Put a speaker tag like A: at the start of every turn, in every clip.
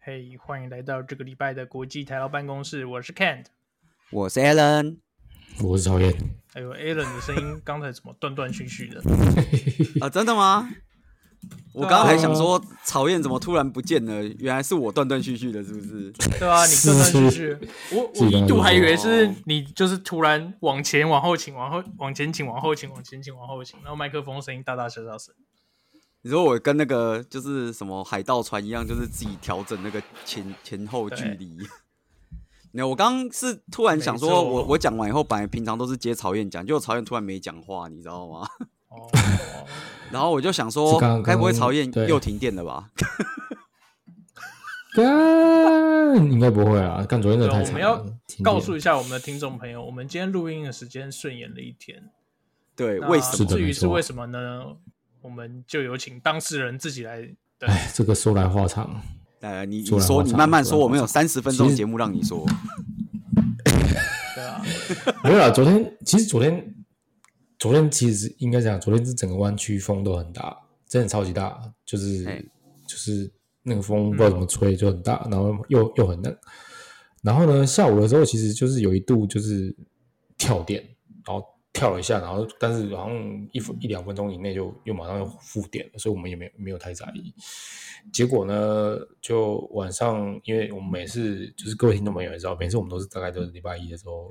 A: 嘿欢迎来到这个礼拜的国际台劳办公室，我是 Kent。
B: 我是 Alan，
C: 我是曹燕，
A: 哎呦 a l a n 的声音刚才怎么断断续续的？
B: 啊，真的 吗？我刚
C: 啊
B: 刚还想说，曹燕怎么突然不见了？原来是我断断续续的，是不是？
A: 对啊，你断断续续，我我一度还以为是
B: 哦
A: 你就是突然往前往后请，往后往前请，往后请，往前请，往后请，然后麦克风声音大大小小声。
B: 你说我跟那个就是什么海盗船一样，就是自己调整那个前前后距离。 没有，我刚刚是突然想
A: 没
B: 说，
A: 错
B: 我我讲完以后，本来平常都是接曹燕讲，结果曹燕突然没讲话，你知道吗？
A: 哦，
B: 然后我就想
C: 是
B: 说
C: 刚刚，
B: 该不会曹燕
C: 对
B: 又停电了吧？
C: 干应该不会啊，干昨天真的
A: 对，
C: 太
A: 我
C: 惨
A: 们
C: 了。
A: 要
C: 今天
A: 告诉一下我们的听众朋友，我们今天录音的时间顺延了一天。
B: 对，
A: 那
B: 为什
C: 啊是
B: 么？
C: 的
A: 至于
C: 没
A: 是
C: 错
A: 为什么呢？我们就有请当事人自己来。对，
C: 哎，这个说来话长，
B: 呃，你
C: 说
B: 你
C: 来
B: 说，
C: 话
B: 你
C: 长
B: 慢慢
C: 说
B: 说，
C: 来
B: 我
C: 话
B: 们有
C: 长
B: 三十分
C: 其
B: 钟
C: 实
B: 节目让你说。
A: 对啊，
C: 没有啦。昨天其实昨天，昨天其实应该讲，昨天是整个湾区风都很大，真的超级大，就是
B: 哎
C: 就是那个风不知道怎么吹就很大，然后又又很冷。然后呢，下午的时候其实就是有一度就是跳电，然后跳了一下，然后但是好像一分一两分钟以内就又马上又复电了，所以我们也没有没有太在意。结果呢，就晚上，因为我们每次就是各位听众朋友也知道，每次我们都是大概都是礼拜一的时候，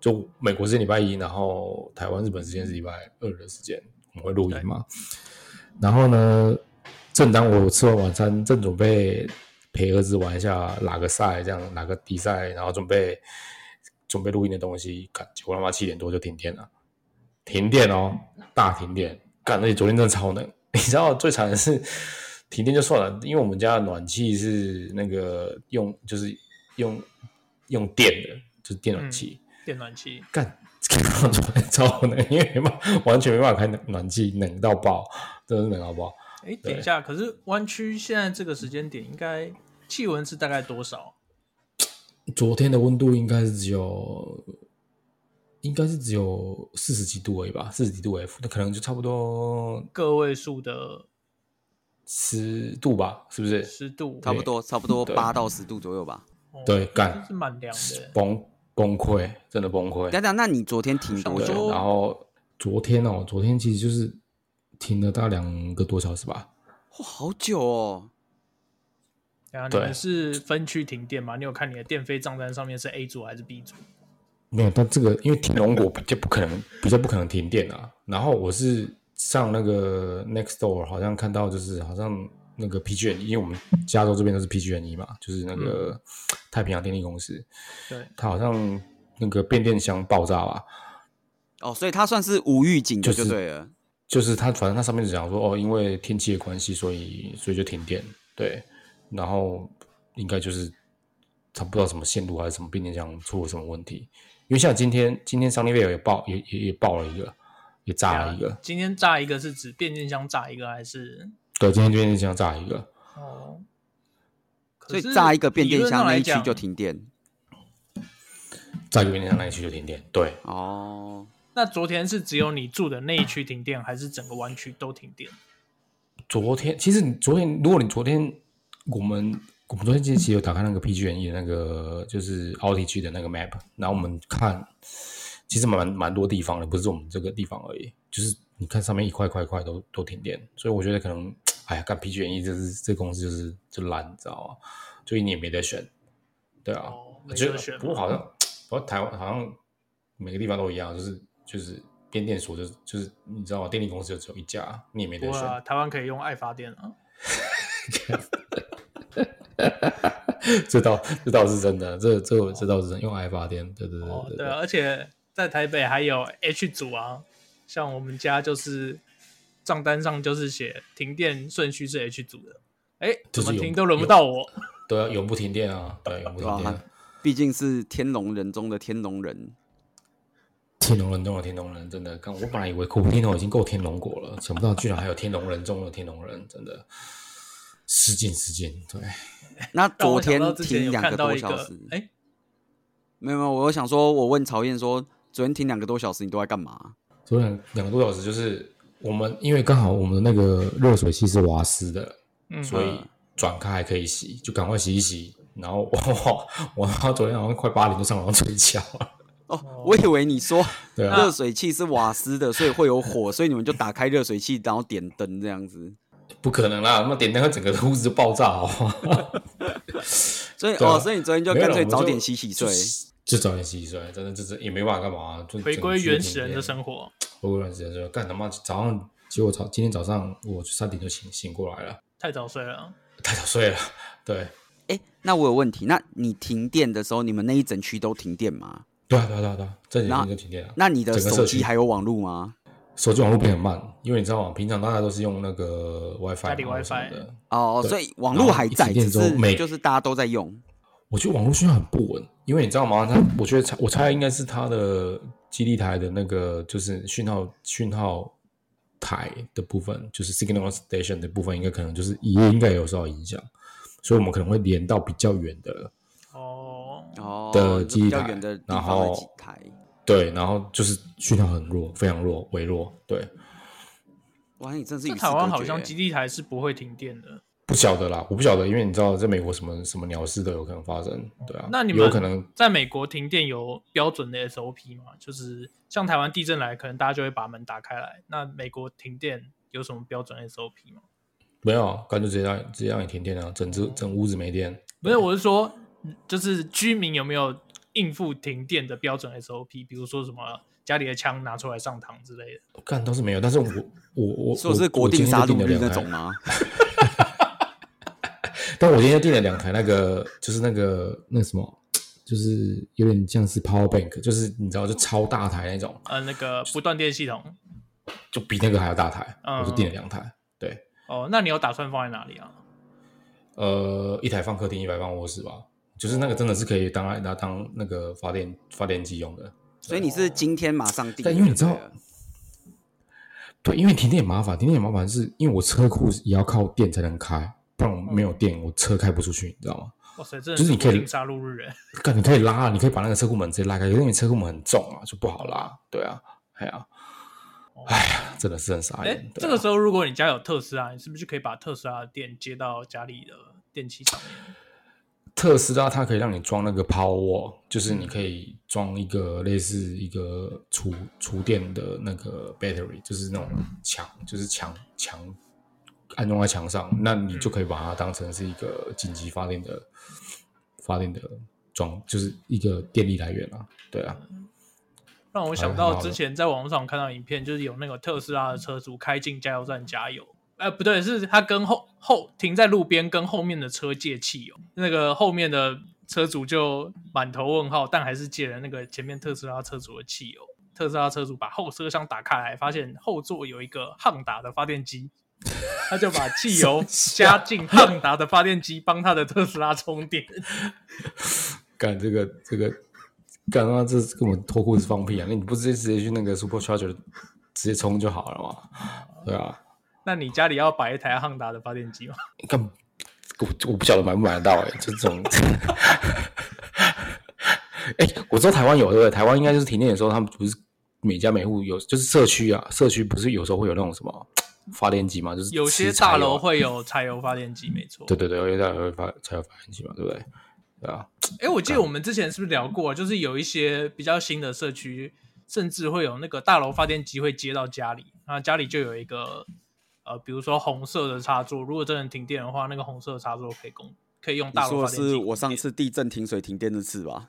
C: 就美国是礼拜一，然后台湾、日本时间是礼拜二的时间，我们会录音嘛。然后呢，正当我吃完晚餐，正准备陪儿子玩一下哪个赛，这样哪个比赛，然后准备准备录音的东西，看结果他妈七点多就停电了，停电哦，大停电，干！而且昨天真的超冷，你知道最惨的是停电就算了，因为我们家的暖气是那个用就是用用电的，就是电暖气。
A: 电暖气。
C: 干，看到昨天超冷，因为没办法完全没办法开暖暖气，冷到爆，真的是冷到爆。
A: 哎，等一下，可是湾区现在这个时间点，应该气温是大概多少？
C: 昨天的温度应该是只有，应该是只有四十几度而已吧，四十几度 F，那可能就差不多
A: 个位数的
C: 十度吧，是不是？
A: 湿度，
B: 差不多，差不多八到十度左右吧。
A: 哦
C: 对干
A: 真是蛮凉的。
C: 崩崩溃，真的崩溃。
B: 等等，那你昨天停多
A: 想说
B: 久？
C: 然后昨天哦，昨天其实就是停了大概两个多小时吧。
B: 哇，好久哦！
A: 然后啊你
C: 对
A: 们是分区停电吗？你有看你的电费账单上面是 A 组还是 B 组？
C: 没有，但这个因为天龙果比较不可能，比较不可能停电啊。然后我是上那个 Next Door，好像看到就是好像那个 PG&E，因为 E，我们加州这边都是 PG&E E 嘛，就是那个太平洋电力公司，
A: 对，
C: 它好像那个变电箱爆炸啊吧，
B: 哦，所以它算是无预警的，就对了。
C: 就是它反正它上面只讲说哦，因为天气的关系，所以所以就停电，对，然后应该就是它不知道什么线路还是什么变电箱出了什么问题，因为像今天今天桑尼贝尔也爆也也也爆了一个。也炸了一个，
A: 啊今天炸一个是指变电箱炸一个还是？
C: 对，今天变电箱炸一个，
A: 哦，
B: 所
A: 可
B: 以
A: 是
B: 炸一个变电
A: 理论上
B: 箱那
A: 来
B: 一区
A: 讲
B: 就。停电。
C: 炸一个变电箱那一区就停电。对，
B: 哦，
A: 那昨天是只有你住的那一区停电，还是整个湾区都停电？
C: 昨天其实你昨天，如果你昨天我们我们昨天其实有打开那个 PG&E E 的那个就是奥体区的那个 map，然后我们看，其实蛮蛮多地方的，不是我们这个地方而已，就是你看上面一块一块一块都都停电，所以我觉得可能，哎呀，干 PG&E 这是这公司就是就烂，你知道吗？就你也没得选，对啊，
A: 哦，没
C: 我觉
A: 得
C: 得
A: 选
C: 不过好像，不过台湾好像每个地方都一样，就是就是变电所就是就是你知道吗？电力公司就只有一家，你也没
A: 不
C: 得
A: 会
C: 选。
A: 啊，台湾可以用爱发电啊。
C: 这倒这倒是真的，这这这倒是真的用爱发电，对对对
A: 哦，
C: 对
A: 对啊，而且在台北还有 H 组啊，像我们家就是账单上就是写停电顺序是 H 组的，哎，
C: 就
A: 怎
C: 是
A: 么
C: 有
A: 停都轮不
C: 有
A: 到我。
C: 对啊，永不停电啊，对，永不
B: 对
C: 停
B: 吧、
C: 电
B: 它。毕竟是天龙人中的天 龙人。
C: 天龙人中的天龙人，真的，刚我本来以为苦天龙已经够天龙果了，想不到居然还有天龙人中的天龙人，真的，失敬失敬，对，
B: 那
A: 让我
B: 昨天
A: 想到之前
B: 停
A: 有
B: 两
A: 看到
B: 多
A: 一
B: 小
A: 个
B: 时，，
A: 哎，
B: 没有没有，我想说，我问曹燕说，昨天停两个多小时，你都在干嘛？
C: 昨天两个多小时，就是我们因为刚好我们的那个热水器是瓦斯的，
A: 嗯，
C: 所以转开还可以洗，就赶快洗一洗。然后 哇，我到昨天好像快八点就上床睡觉了。
B: 哦，我以为你说
C: 对啊，
B: 热水器是瓦斯的，所以会有火，所以你们就打开热水器，然后点灯这样子。
C: 不可能啦，那么点那个整个屋子就爆炸 好不好
B: 所以、
C: 对啊
B: 哦，所以你昨天就
C: 没有
B: 干
C: 啦
B: 脆
C: 我
B: 早
C: 就
B: 点洗洗睡。
C: 就早点洗一睡，真的就是也没办法干嘛、就
A: 回归原始人的
C: 活。
A: 生活。
C: 回归原始人生活，干他妈早上，结果早今天早上我三点就醒醒过来了，
A: 太早睡了，
C: 太早睡了。对，
B: 哎、那我有问题，那你停电的时候，你们那一整区都停电吗？
C: 对啊，对啊，对啊，对啊，这几
B: 那
C: 天就停电了。
B: 那你的
C: 整个
B: 手
C: 社
B: 机
C: 区
B: 还有网路吗？
C: 手机网络变很慢，因为你知道吗？平常大家都是用那个 WiFi，
A: 家里
C: 嘛
A: WiFi
C: 什么的。
B: 哦，
C: 对
B: 所以网
C: 然
B: 路
C: 后
B: 还
C: 一停
B: 在，只
C: 电之后
B: 是
C: 每
B: 就是大家都在用。
C: 我觉得网络信号很不稳，因为你知道吗？它，我觉得猜我猜应该是它的基地台的那个就是讯号讯号台的部分，就是 signal station 的部分，应该可能就是也应该有受到影响，所以我们可能会连到比较远的
A: 哦，
B: 哦，就
C: 的基
B: 比
C: 地
B: 较
C: 台
B: 远的地
C: 然
B: 方的
C: 后
B: 机台。
C: 对，然后就是讯号很弱，非常弱，微弱，对，
B: 哇，你真是与
A: 在
B: 世
A: 台湾
B: 隔
A: 好
B: 绝
A: 像
B: 欸
A: 基地台是不会停电的。
C: 不晓得啦，我不晓得，因为你知道在美国什么什么鸟事都有可能发生，对啊，
A: 那你
C: 有
A: 们
C: 可能
A: 在美国停电有标准的 SOP 吗？就是像台湾地震来，可能大家就会把门打开来。那美国停电有什么标准 SOP 吗？
C: 没有啊，干脆直接让你直接让你停电啊，整只整屋子没电，
A: 不是，我是说，就是居民有没有应付停电的标准 SOP？比如说什么家里的枪拿出来上膛之类的。
C: 干倒是没有，但是我我我
B: 说是
C: 我
B: 国
C: 我今
B: 定
C: 天就
B: 杀
C: 订
B: 戮
C: 了
B: 日
C: 两
B: 那
C: 台
B: 种吗？
C: 但我今天订了两台那个，就是那个那个什么，就是有点像是 power bank，就是你知道，就超大台那种，
A: 呃，那个不断电系统。
C: 就比那个还要大台，
A: 嗯
C: 我就订了两台。对，
A: 哦，那你有打算放在哪里啊？
C: 呃，一台放客厅，一台放卧室吧。就是那个真的是可以当拿当那个发电发电机用的。
B: 所以你是今天马上订的，
C: 但因为你知道
B: 对不对
C: 对，因为停电也麻烦，停电也麻烦是，因为我车库也要靠电才能开，不然我没有电，我车开不出去，你知道吗？
A: 哇塞，真的
C: 就是
A: 是
C: 你可以
A: 国定杀戮日哎！
C: 看，你可以拉，你可以把那个车库门直接拉开，因为你车库门很重嘛，就不好拉。对啊，哎呀、哎呀，真的是很傻
A: 哎、
C: 眼。对
A: 这
C: 啊
A: 个时候如果你家有特斯拉，你是不是就可以把特斯拉的电接到家里的电器上面？
C: 特斯拉它可以让你装那个 Power Wall，就是你可以装一个类似一个储储电的那个 battery，就是那种墙，就是墙墙安装在墙上，那你就可以把它当成是一个紧急发电的发电的装，就是一个电力来源啊。对啊，
A: 让我想
C: 还
A: 到
C: 好
A: 之前在网络上看到影片，就是有那个特斯拉的车主开进加油站加油，哎、不对，是他跟后后停在路边跟后面的车借汽油，那个后面的车主就满头问号，但还是借了那个前面特斯拉车主的汽油。特斯拉车主把后车厢打开来，发现后座有一个汉达的发电机，他就把汽 油加进汉达的发电机，帮他的特斯拉充电。
C: 干这个这个，干他妈这是跟我脱裤子放屁啊！那你不直接直接去那个 Super Charger 直接充就好了嘛？对啊，
A: 那你家里要摆一台汉达的发电机吗？
C: 干我我不晓得买不买得到哎、这种。 哎、我知道台湾有对不对？台湾应该就是停电的时候，他们不是每家每户有，就是社区啊，社区不是有时候会有那种什么发电机嘛，就是
A: 有些
C: 吃
A: 大
C: 柴油
A: 楼
C: 啊，
A: 会有柴油发电机，没错。
C: 对对对，有些大楼会发才有发电机嘛，对不对？对啊，
A: 哎、我记得我们之前是不是聊过，就是有一些比较新的社区，甚至会有那个大楼发电机会接到家里，那家里就有一个呃，比如说红色的插座，如果真的停电的话，那个红色的插座可以供可以用
B: 你
A: 大楼
B: 说
A: 发电
B: 的
A: 机供
B: 是
A: 电。
B: 我上次地震停水停电那次吧？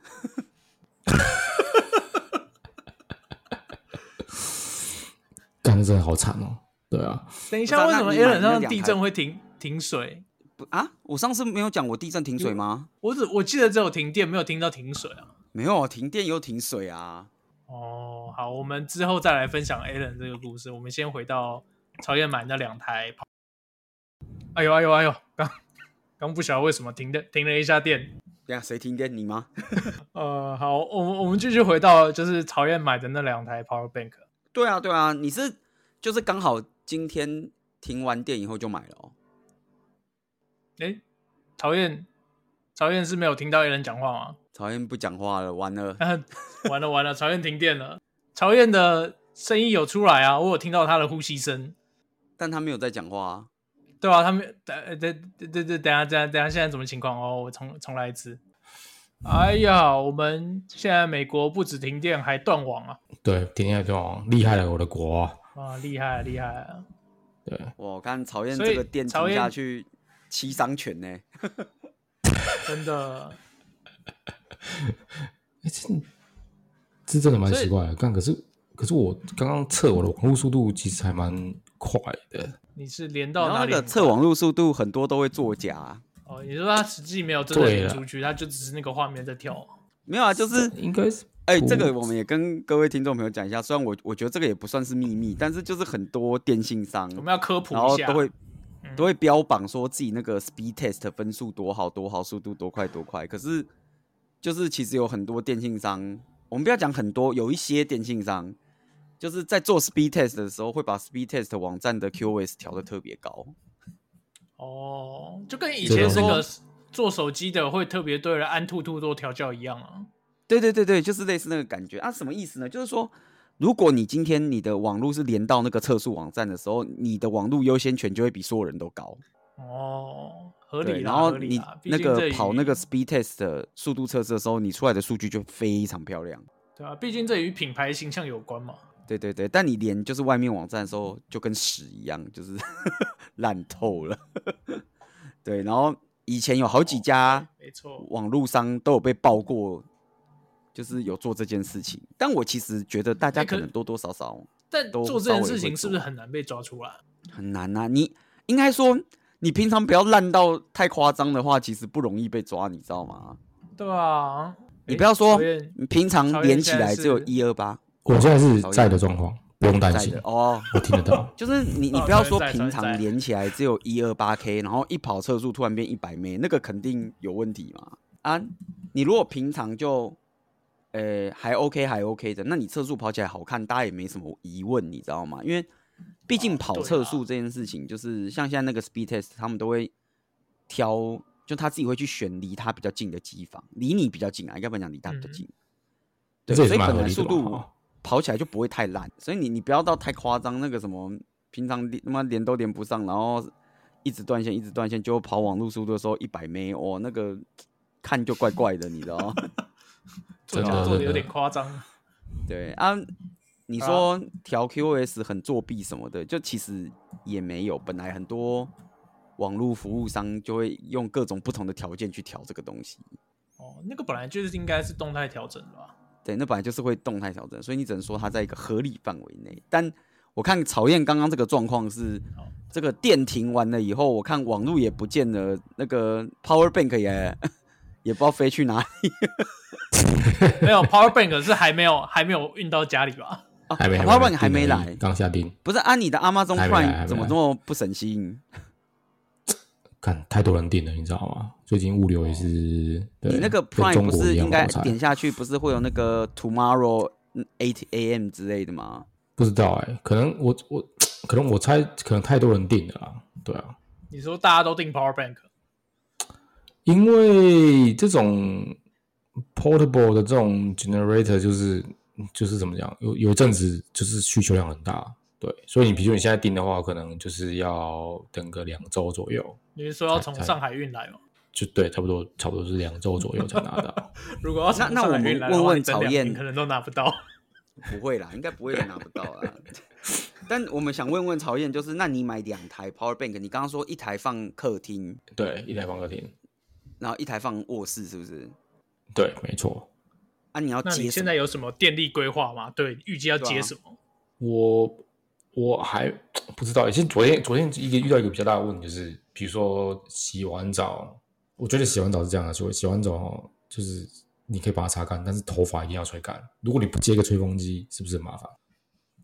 C: 干的真的好惨哦。对啊，
A: 等一
B: 不
A: 下，
B: 是啊
A: 为什么
B: 那你买
A: Alan
B: 那
A: 上
B: 两
A: 地
B: 台
A: 震会停停水？
B: 不啊，我上次没有讲我地震停水吗？
A: 我只我记得只有停电，没有听到停水啊。
B: 没有，停电又停水啊。
A: 哦，好，我们之后再来分享 Alan 这个故事。我们先回到曹燕买那两台跑。哎呦哎呦哎呦，刚刚不晓得为什么停的停了一下电。
B: 等一下谁停电？你吗？
A: 呃，好，我们我们继续回到就是曹燕买的那两台 Power Bank。
B: 对啊，对啊，你是就是刚好今天停完电以后就买了哦。
A: 哎，曹燕，曹燕是没有听到 A 人讲话吗？
B: 讨厌不讲话了，完了。
A: 啊完了完了，曹燕停电了。曹燕的声音有出来啊，我有听到他的呼吸声，
B: 但他没有在讲话、啊，
A: 对啊，他们等等等等等下等下等下，现在什么情况？哦，我重重来一次。哎呀，我们现在美国不止停电，还断网啊！
C: 对，天天断网，厉害了我的国啊！
A: 啊，厉害厉害啊！
C: 对，
B: 我看曹燕
A: 所以
B: 这个电
A: 曹
B: 停
A: 燕
B: 下去七伤拳呢、
A: 真的，
C: 哎、这这真的蛮
A: 所以
C: 奇怪的。但可是可是我刚刚测我的网络速度其实还蛮快的，
A: 你是连
B: 然
A: 到
B: 后
A: 哪
B: 那
A: 里？
B: 个测网络速度很多都会作假啊、
A: 哦，你说他实际没有真的
C: 对啊
A: 连
C: 了
A: 出去，他就只是那个画面在跳。
B: 没有啊，就是
C: 应该是
B: 哎、
C: 不
B: 这个我们也跟各位听众朋友讲一下，虽然我我觉得这个也不算是秘密，但是就是很多电信商，
A: 我们要科普
B: 嗯然
A: 一
B: 后
A: 下，嗯
B: 都会都会标榜说自己那个 speed test 分数多好多好，速度多快多快。可是就是其实有很多电信商，我们不要讲很多，有一些电信商就是在做 speed test 的时候，会把 speed test 网站的 QoS 调的特别高。
A: 哦，就跟以
C: 这
A: 前
C: 种
A: 那
C: 东
A: 个做手机的会特别对了安兔兔做调教一样啊。
B: 对对对对，就是类似那个感觉啊。什么意思呢？就是说，如果你今天你的网络是连到那个测速网站的时候，你的网络优先权就会比所有人都高。
A: 哦，合
B: 对，
A: 理啦，
B: 然后
A: 合理
B: 你
A: 啦毕
B: 那
A: 竟
B: 个
A: 这
B: 跑
A: 与
B: 那个 speed test 的速度测试的时候，你出来的数据就非常漂亮。
A: 对啊，毕竟这与品牌形象有关嘛。
B: 对对对，但你连就是外面网站的时候就跟屎一样，就是 烂透了。 对，然后以前有好几家
A: 没错，
B: 网络商都有被爆过，就是有做这件事情。但我其实觉得大家
A: 哎可
B: 可能多多少少
A: 但
B: 都
A: 做这件
B: 稍微
A: 事
B: 会
A: 情是不是
B: 做
A: 很难被抓出来？
B: 很难呐、你应该说，你平常不要烂到太夸张的话，其实不容易被抓，你知道吗？
A: 对啊，
B: 你
A: 诶
B: 不要说
A: 讨厌
B: 你平常
A: 曹燕
B: 连起
A: 现在
B: 来只有
A: 是
B: 一二八
C: 我现在是在的状况，不用担
B: 在
C: 心
B: 的，哦。。
C: 我听得到
B: 就是你，你
A: 哦
B: 不要
A: 曹燕
B: 说
A: 在曹
B: 平
A: 燕在
B: 常连起来只有一二八 K，然后一跑测速突然变一百枚，那个肯定有问题嘛。啊，你如果平常就，呃，还 OK 还 OK 的，那你测速跑起来好看，大家也没什么疑问，你知道吗？因为毕竟
A: 哦
B: 跑
A: 对
B: 测
A: 啦
B: 速这件事情，就是像现在那个 speed test，他们都会挑，就他自己会去选离他比较近的机房，离你比较近啊，要不然讲离他比较
A: 嗯
B: 近。对，
C: 这也
B: 所
C: 是
B: 以
C: 蛮
B: 本
C: 合
B: 来
C: 理的哦
B: 速
C: 吧
B: 度
C: 哈
B: 跑起来就不会太烂，所以你你不要到太夸张，那个什么平常连他妈连都连不上，然后一直断线一直断线，就跑网路速度的时候一百枚哦，那个看就怪怪的，你知道 吗？
A: 做
C: 真
A: 假
C: 的
A: 做的
C: 真
A: 有
C: 的
A: 点夸张。
B: 对啊，你
A: 啊
B: 说调 QoS 很作弊什么的，就其实也没有，本来很多网络服务商就会用各种不同的条件去调这个东西。
A: 哦，那个本来就是应该是动态调整的吧？
B: 对，那本来就是会动态调整，所以你只能说它在一个合理范围内。但我看曹燕刚刚这个状况是
A: 哦，
B: 这个电停完了以后，我看网络也不见了，那个 power bank 也也不知道飞去哪里。
A: 没有 Power Bank 是还没有还没有运到家里吧？
B: 啊
C: 还没
B: 啊，power bank 还没
C: 定而已
B: 来，
C: 刚下定，
B: 不是按、啊、你的 Amazon
C: 还没来还没
B: Prime
C: 来
B: 怎么这么不省心？
C: 看太多人订了，你知道吗？最近物流也是，
B: 你
C: 对
B: 那个
C: 跟
B: Prime
C: 中
B: 不
C: 国
B: 是
C: 一样
B: 应该
C: 的菜
B: 点下去，不是会有那个 tomorrow eight a.m. 之类的吗？
C: 不知道哎、可能我我可能我猜，可能太多人订了啦，对啊，
A: 你说大家都订 Power Bank，
C: 因为这种 portable 的这种 generator 就是就是怎么讲，有有一阵子就是需求量很大，对，所以你比如说你现在订的话，可能就是要等个两周左右，
A: 你是说要从
C: 才才
A: 上海运来吗？
C: 就对，差不多差不多是两周左右才拿到。
A: 如果要从
B: 那
A: 上海运来的
B: 那我
A: 话，
B: 们
A: 你等
B: 问问
A: 两
B: 曹
A: 年
B: 燕
A: 可能都拿不到。
B: 不会啦，应该不会拿不到啦。 但我们想问问曹燕，就是那你买两台 Power Bank，你刚刚说一台放客厅，
C: 对，一台放客厅，
B: 然后一台放卧室，是不是？
C: 对，没错。
B: 啊，你要
A: 那
B: 接
A: 你现在有什么电力规划吗？对，预计要
B: 对啊
A: 接什么？
C: 我我还不知道耶，其实昨天昨天一个遇到一个比较大的问题，就是比如说洗完澡，我觉得洗完澡是这样的，说洗完澡哦就是你可以把它擦干，但是头发一定要吹干。如果你不接个吹风机，是不是很麻烦？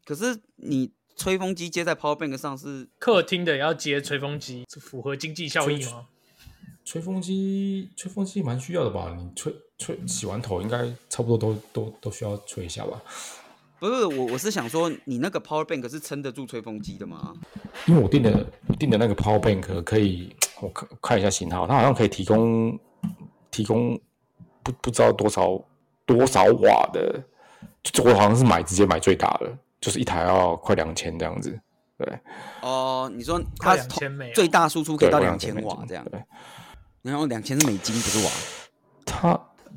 B: 可是你吹风机接在 Power Bank 上是
A: 客厅的也要接吹风机，是符合经济效益吗？
C: 吹风机吹风机蛮需要的吧？你吹吹洗完头应该差不多都都都需要吹一下吧？
B: 不是我我是想说，你那个 Power Bank 是撑得住吹风机的吗？
C: 因为我订的我订的那个 Power Bank 可以，我看看一下型号，它好像可以提供提供不不知道多少多少瓦的，就我好像是买直接买最大的，就是一台要快两千这样子。对，
B: 哦，你说
A: 快
B: 它
A: 两千美哦，
B: 最大输出可以到
C: 对
B: 两千瓦这样，
C: 对，
B: 然后两千是美金不是瓦，
C: 它，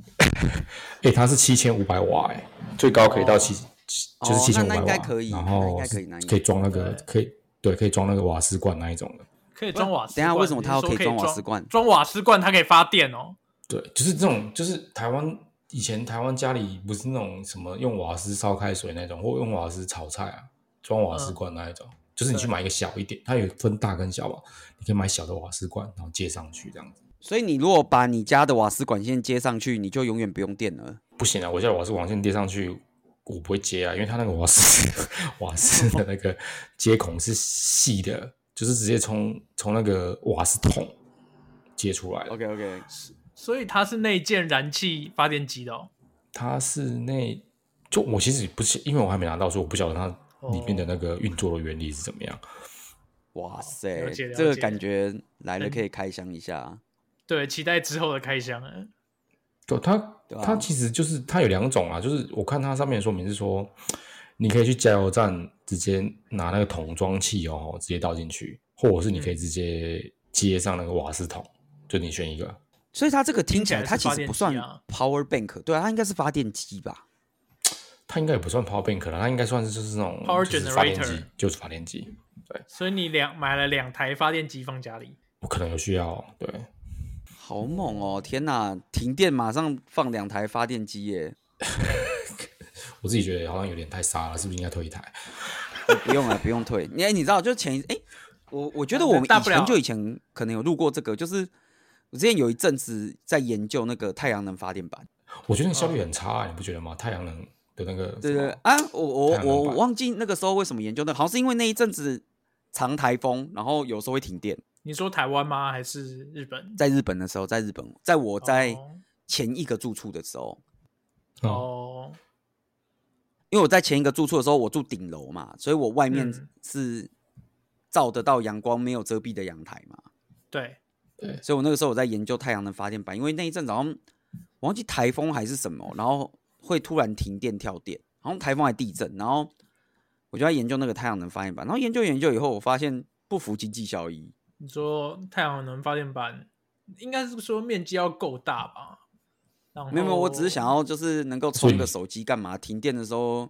C: 哎、它是七千五百瓦、欸，哎，最高可以到七、七就是
B: 哦
C: 七千五
B: 那
C: 百
B: 那应
C: 瓦，
B: 该可以
C: 然
B: 那应
C: 后
B: 该可以那应该
C: 可以装那个
A: 对
C: 可以对，可以装那个瓦斯罐那一种的，
A: 可以装瓦斯
B: 等
A: 罐。
B: 一下为什么它要
A: 你是说
B: 可
A: 可
B: 以装瓦斯
A: 装
B: 罐
A: 装瓦斯罐它可以发电哦。
C: 对，就是这种，就是台湾以前台湾家里不是那种什么用瓦斯烧开水那种，或用瓦斯炒菜啊，装瓦斯
A: 嗯
C: 罐那一种，就是你去
A: 对
C: 买一个小一点，它有分大跟小嘛，你可以买小的瓦斯罐，然后接上去这样子。
B: 所以你如果把你家的瓦斯管线接上去，你就永远不用电了。
C: 不行啊，我家的瓦斯网线接上去，我不会接啊，因为它那个瓦斯 瓦斯的那个接孔是细的，就是直接从从那个瓦斯桶接出来的。
B: OK OK，
A: 所以它是内建燃气发电机的哦。
C: 它是那就我其实不是，因为我还没拿到，所以我不晓得它里面的那个运作的原理是怎么样。
B: 哇塞
A: 了，解了
B: 这个
A: 解
B: 感觉来了
A: 嗯
B: 可以开箱一下。
A: 对，期待之后的开箱了。
C: 对它，
B: 对啊
C: 它其实就是它有两种啊，就是我看它上面的说明是说，你可以去加油站直接拿那个桶装汽油哦，直接倒进去，或者是你可
B: 嗯
C: 以直接接上那个瓦斯桶，就你选一个。
B: 所以它这个听起来，
A: 听起来是发
B: 它其实
A: 电
B: 不
A: 机
B: 算
A: 啊
B: power bank，对啊，它应该是发电机吧？
C: 它应该也不算 power bank 了，它应该算是就是那种
A: Power
C: 就是发电
A: generator
C: 机，就是发电机。
A: 所以你两买了两台发电机放家里，
C: 我可能有需要，对，
B: 好猛哦！
A: 嗯
B: 天哪，停电马上放两台发电机耶！
C: 我自己觉得好像有点太傻了，是不是应该退一台？
B: 哦不用了，不用退。你哎，你知道，就前哎，我我觉得我们
A: 大
B: 以
A: 不了
B: 前就以前可能有录过这个，就是我之前有一阵子在研究那个太阳能发电板。
C: 我觉得那个效率很差、你不觉得吗？太阳能的那个什么
B: 对对啊，我我
C: 太阳能
B: 我
C: 板
B: 我忘记那个时候为什么研究那个，好像是因为那一阵子常台风，然后有时候会停电。
A: 你说台湾吗？还是日本？
B: 在日本的时候，在日本，在我在
A: 哦
B: 前一个住处的时候，
C: 哦
A: 哦，
B: 因为我在前一个住处的时候，我住顶楼嘛，所以我外面
A: 嗯
B: 是照得到阳光，没有遮蔽的阳台嘛，
A: 对，
B: 所以我那个时候我在研究太阳能发电板，因为那一阵子好像我忘记台风还是什么，然后会突然停电跳电，好像台风还地震，然后我就在研究那个太阳能发电板，然后研究研究以后，我发现不符经济效益，
A: 你说太阳能发电板应该是说面积要够大吧？然后
B: 没有没有，我只是想要就是能够
C: 所以
B: 充个手机干嘛？停电的时候，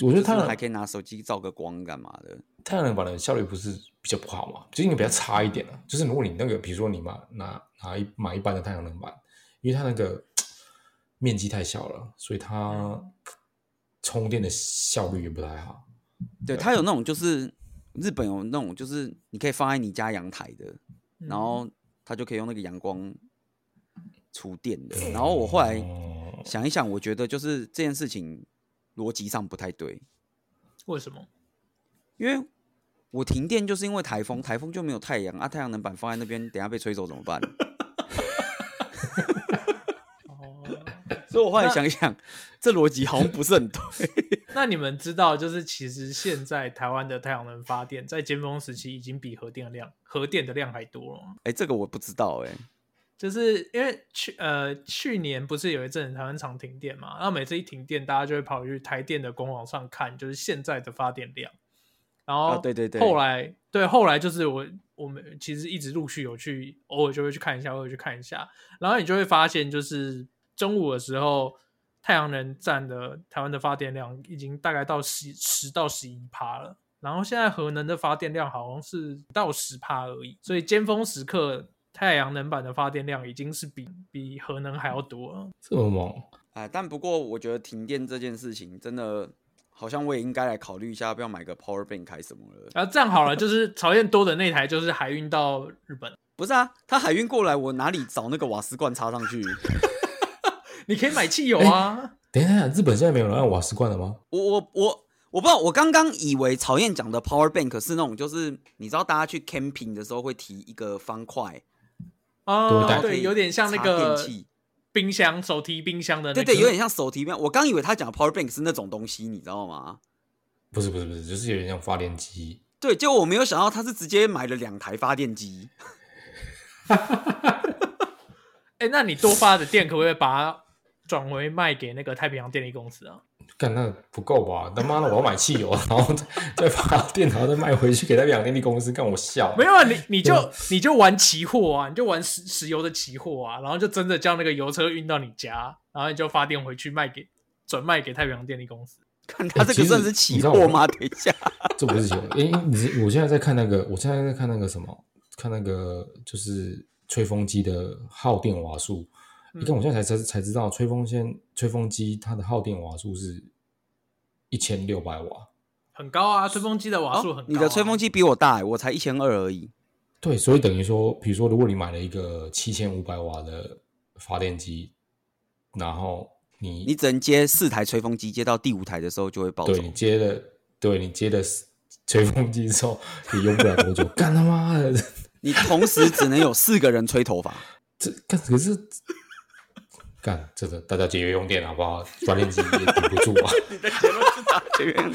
C: 我觉
B: 就
C: 得
B: 是
C: 太阳
B: 还可以拿手机照个光干嘛的。
C: 太阳能板的效率不是比较不好嘛，就是应该比较差一点啊。就是如果你那个，比如说你买拿拿一买一般的太阳能板，因为它那个面积太小了，所以它充电的效率也不太好。啊
B: 对，它有那种就是日本有那种就是你可以放在你家阳台的，
A: 嗯，
B: 然后它就可以用那个阳光除电的。
A: 嗯
B: 然后我后来
C: 哦
B: 想一想，我觉得就是这件事情逻辑上不太对，
A: 为什么？
B: 因为我停电就是因为台风，台风就没有太阳啊，太阳能板放在那边，等一下被吹走怎么 办？
A: 哦，
B: 所以我后来想一想，这逻辑好像不是很对。
A: 那你们知道，就是其实现在台湾的太阳能发电在尖峰时期已经比核电量核电的量还多了吗。
B: 哎、这个我不知道哎、
A: 就是因为去呃去年不是有一阵子台湾常停电嘛，然后每次一停电，大家就会跑去台电的官网上看，就是现在的发电量。然后、
B: 啊对对对
A: 后来对后来就是我我们其实一直陆续有去，偶尔就会去看一下，偶尔去看一下，然后你就会发现，就是中午的时候，太阳能占的台湾的发电量已经大概到十十到十一趴了。然后现在核能的发电量好像是不到十趴而已，所以尖峰时刻太阳能板的发电量已经是比比核能还要多了。
C: 这么猛，
B: 啊，但不过我觉得停电这件事情真的，好像我也应该来考虑一下，要不要买个 power bank 还是什么了。
A: 然后啊这样好了，就是曹燕多的那台就是海运到日本，
B: 不是啊，他海运过来，我哪里找那个瓦斯罐插上去？
A: 你可以买汽油啊。
C: 等一下，日本现在没有人按瓦斯罐了吗？
B: 我我我我不知道，我刚刚以为曹燕讲的 power bank 是那种，就是你知道大家去 camping 的时候会提一个方块，
C: 多
A: 啊，
C: 带
A: 对，有点像那
B: 插
A: 个
B: 电器
A: 冰箱、手提冰箱的那
B: 对
A: 个，
B: 对，有点像手提那样。我刚以为他讲的 power bank 是那种东西，你知道吗？
C: 不是不是不是，就是有点像发电机。
B: 对，结果我没有想到他是直接买了两台发电机。
A: 哎、那你多发的电可不可以把它转为卖给那个太平洋电力公司啊？
C: 干那不够吧？他妈的，我要买汽油，然后再把电脑再卖回去给他两电力公司，干我笑。
A: 没有啊，你你就你就玩期货啊，你就玩石石油的期货啊，然后就真的将那个油车运到你家，然后你就发电回去卖给转卖给太平洋电力公司。
B: 看他
C: 欸
B: 这
C: 其
B: 个
C: 实
B: 算是
C: 你
B: 期
C: 知道
B: 货
C: 我
B: 吗？等一下，
C: 这不是钱，因为你是我现在在看那个，我现在在看那个什么，看那个就是吹风机的耗电瓦数。
A: 嗯
C: 你看我现在才才才知道，吹风先吹风机它的耗电瓦数是一千六百瓦。
A: 很高啊，吹风机的瓦数很高、啊
B: 哦你的吹风
A: 机，
B: 机比我大欸，我才一千二而已。
C: 对，所以等于说，比如说，如果你买了一个七千五百瓦的发电机，然后你
B: 你只能接四台吹风机，接到第五台的时候就会爆
C: 对
B: 走
C: 你。接了，对你接了吹风机之后，你用不了多久，干他妈的！
B: 你同时只能有四个人吹头发。
C: 这干可是干，真的大家节约用电好不好？发电机也顶不住啊！
B: 这边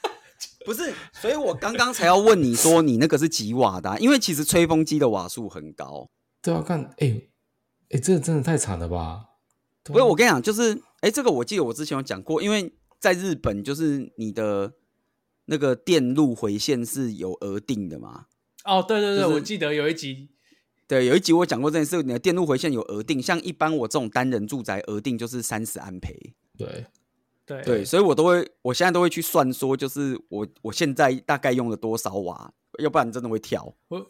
B: 不是，所以我刚刚才要问你说你那个是几瓦的啊、因为其实吹风机的瓦数很高。
C: 对啊，干哎哎，这真的太惨了吧！对啊
B: 不是，我跟你讲，就是哎、这个我记得我之前有讲过，因为在日本就是你的那个电路回线是有额定的嘛。
A: 哦，对对对，
B: 就是
A: 我记得有一集，
B: 对，有一集我讲过这件事，你的电路回线有额定，像一般我这种单人住宅额定就是三十安培。
C: 对
A: 对
B: 对，所以我都会，我现在都会去算说，就是我我现在大概用了多少瓦，要不然真的会跳。
A: 我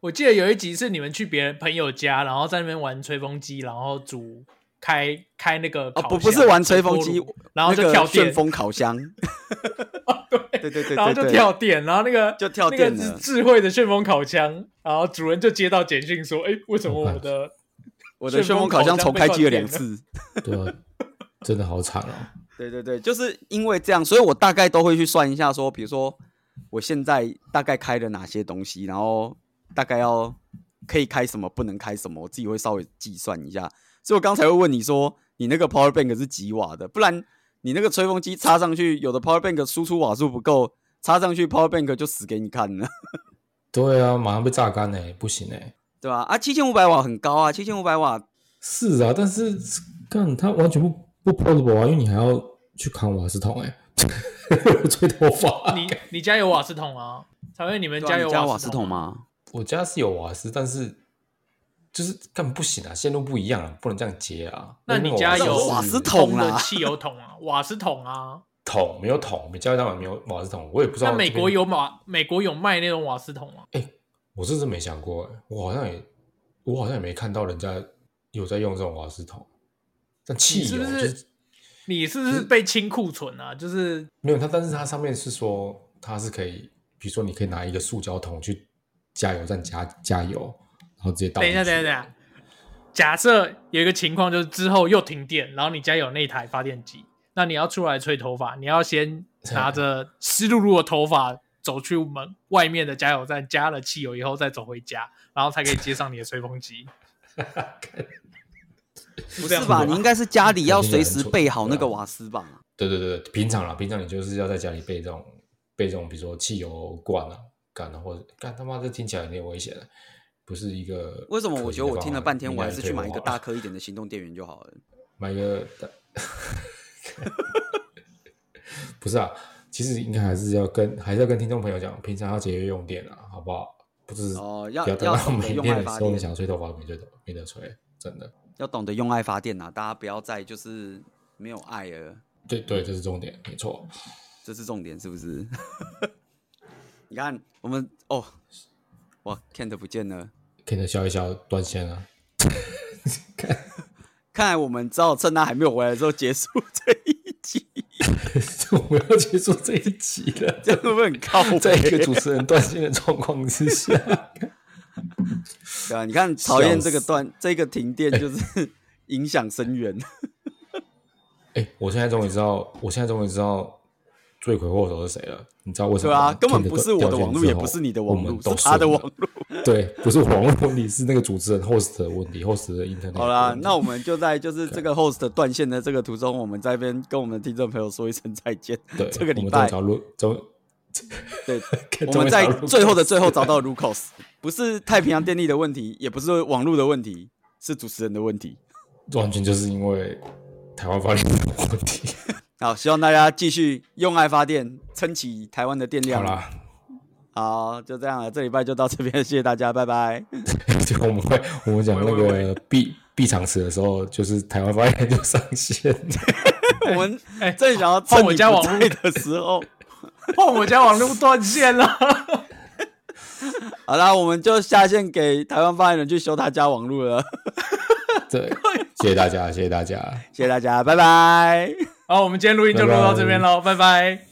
A: 我记得有一集是你们去别人朋友家，然后在那边玩吹风机，然后煮开开那个
B: 哦，
A: 烤
B: 不
A: 箱
B: 不是玩吹风
A: 煮
B: 机
A: 锅炉，然后
B: 那
A: 就
B: 个
A: 跳
B: 旋
A: 电，哦
B: 风 烤箱，
A: 对
B: 对对对
A: 然后
B: 对
A: 就
B: 对，
A: 跳电，然后那个
B: 就跳
A: 那
B: 电
A: 个是
B: 了
A: 智慧的旋风烤箱，然后主人就接到简讯说，哎，为什么我的
B: 我的旋风
A: 烤
B: 烤箱
A: 箱
B: 重
A: 被
B: 开
A: 断
B: 机了
A: 电
B: 两
A: 了
B: 次。
C: 对啊，真的好惨哦！
B: 对对对，就是因为这样，所以我大概都会去算一下说比如说我现在大概开了哪些东西，然后大概要可以开什么，不能开什么，我自己会稍微计算一下。所以我刚才会问你说，你那个 power bank 是几瓦的？不然你那个吹风机插上去，有的 power bank 输出瓦数不够，插上去 power bank 就死给你看了，
C: 对啊，马上被榨干哎、不行哎、
B: 对吧、啊？七千五百瓦很高啊，七千五百瓦
C: 是啊，但是干它完全不不 portable 啊，因为你还要去扛瓦斯桶哎、 吹头发。啊
A: 你你家有瓦斯桶吗？才会你们
B: 对啊
A: 家有
B: 你家
A: 瓦
B: 瓦
A: 斯
B: 斯
A: 桶
B: 桶？啊吗？
C: 我家是有瓦斯，但是就是干不行啊，线路不一样啊，不能这样接啊。
A: 那你
C: 个
A: 家
C: 瓦斯
A: 有
C: 是
B: 瓦斯桶
A: 空
B: 啦
A: 的汽油桶啊，瓦斯桶啊。
C: 桶没有桶，我们加拿大没有瓦斯桶，我也不知道。
A: 那美国，有瓦，美国有卖那种瓦斯桶吗？啊
C: 我是真没想过、欸，我好像也，我好像也没看到人家有在用这种瓦斯桶。但汽
A: 你是
C: 油
A: 不
C: 哦就是
A: 你是不是被清库存啊？就是
C: 没有它，但是它上面是说它是可以，比如说你可以拿一个塑胶桶去加油站加加油，然后直接倒
A: 等
C: 进
A: 一
C: 去。
A: 下，等一下，等一下。假设有一个情况，就是之后又停电，然后你家有那台发电机，那你要出来吹头发，你要先拿着湿漉漉的头发走去门外面的加油站，加了汽油以后再走回家，然后才可以接上你的吹风机。
B: 不
A: 这
B: 是
A: 样
B: 吧？
A: 子
B: 你应该是家里要
C: 肯定有
B: 随
C: 人
B: 时
C: 做
B: 备好那个
C: 对啊
B: 瓦斯吧？
C: 对对对，平常啦，平常你就是要在家里备这种备这种，比如说汽油罐啊，干的或者干他妈这听起来有点危险，不是一个
B: 为什么我觉得我听了半天，我
C: 我
B: 还是去买
C: 啊
B: 一个大颗一点的行动电源就好了？
C: 买个大， 不是啊，其实应该还是要跟还是要跟听众朋友讲，平常要节约用电啊，好不好？不是
B: 哦要
C: 不要
B: 要
C: 等到
B: 懂得
C: 没
B: 用
C: 电
B: 爱
C: 的
B: 发
C: 时候，你
B: 电
C: 想吹头发没吹头没得吹，真的。
B: 要懂得用爱发电啊！大家不要再就是没有爱了，
C: 对对，这是重点，没错。
B: 这是重点，是不是？ 你看我们哦，哇，Kent 不见了，
C: 可能消一消断线啊，
B: 看来我们只好趁他还没有回来的时候结束这一集，
C: 我们要结束这一集了。
B: 这样会不会很靠
C: 在一
B: 背？
C: 个主持人断线的状况之下，
B: 对啊，你看讨厌
C: 笑
B: 这个
C: 死
B: 断，这个停电就是 影响深 远。
C: 哎、我现在终于知道，我现在终于知道罪魁祸首是谁了。你知道为什么
B: 对
C: 吗？
B: 啊，根本
C: Tinder
B: 不是我的
C: 掉线
B: 网络，
C: 之
B: 也
C: 后
B: 不是你的
C: 我
B: 网
C: 们
B: 络，
C: 都
B: 是他的
C: 顺了
B: 网络。
C: 对，不是网络问题，是那个主持人 host 的问题，host 的 internet 的问题。
B: 好啦，那我们就在就是这个 host 断线的这个途中，我们在这边跟我们的听众朋友说一声 再见。
C: 对
B: 这个
C: 我
B: 礼
C: 们终于
B: 拜
C: 找录，终
B: 对，
C: 看
B: 我
C: 终于
B: 们
C: 找
B: 在
C: 录
B: 最后的最后找
C: 到
B: 到 Lucas，不是太平洋电力的问题，也不是网络的问题，是主持人的问题。
C: 完全就是因为台湾发生的问题。
B: 好，希望大家继续用爱发电，撑起台湾的电
C: 好
B: 量。
C: 啦，
B: 好，就这样了，这礼拜就到这边，谢谢大家，拜拜。
C: 就我们会我们讲那
A: 喂喂
C: 个必必场词的时候，就是台湾发言就上 线。
B: 我们
A: 哎
B: 正想要趁
A: 换我
B: 你
A: 家
B: 不
A: 网
B: 在的时 候，
A: 换我家网络断线了。
B: 好啦，我们就下线给台湾发言人去修他家网路了，
C: 对，谢谢大家，谢谢大家。
B: 谢谢大家，拜拜。
A: 好，我们今天录音就录到这边喽，拜拜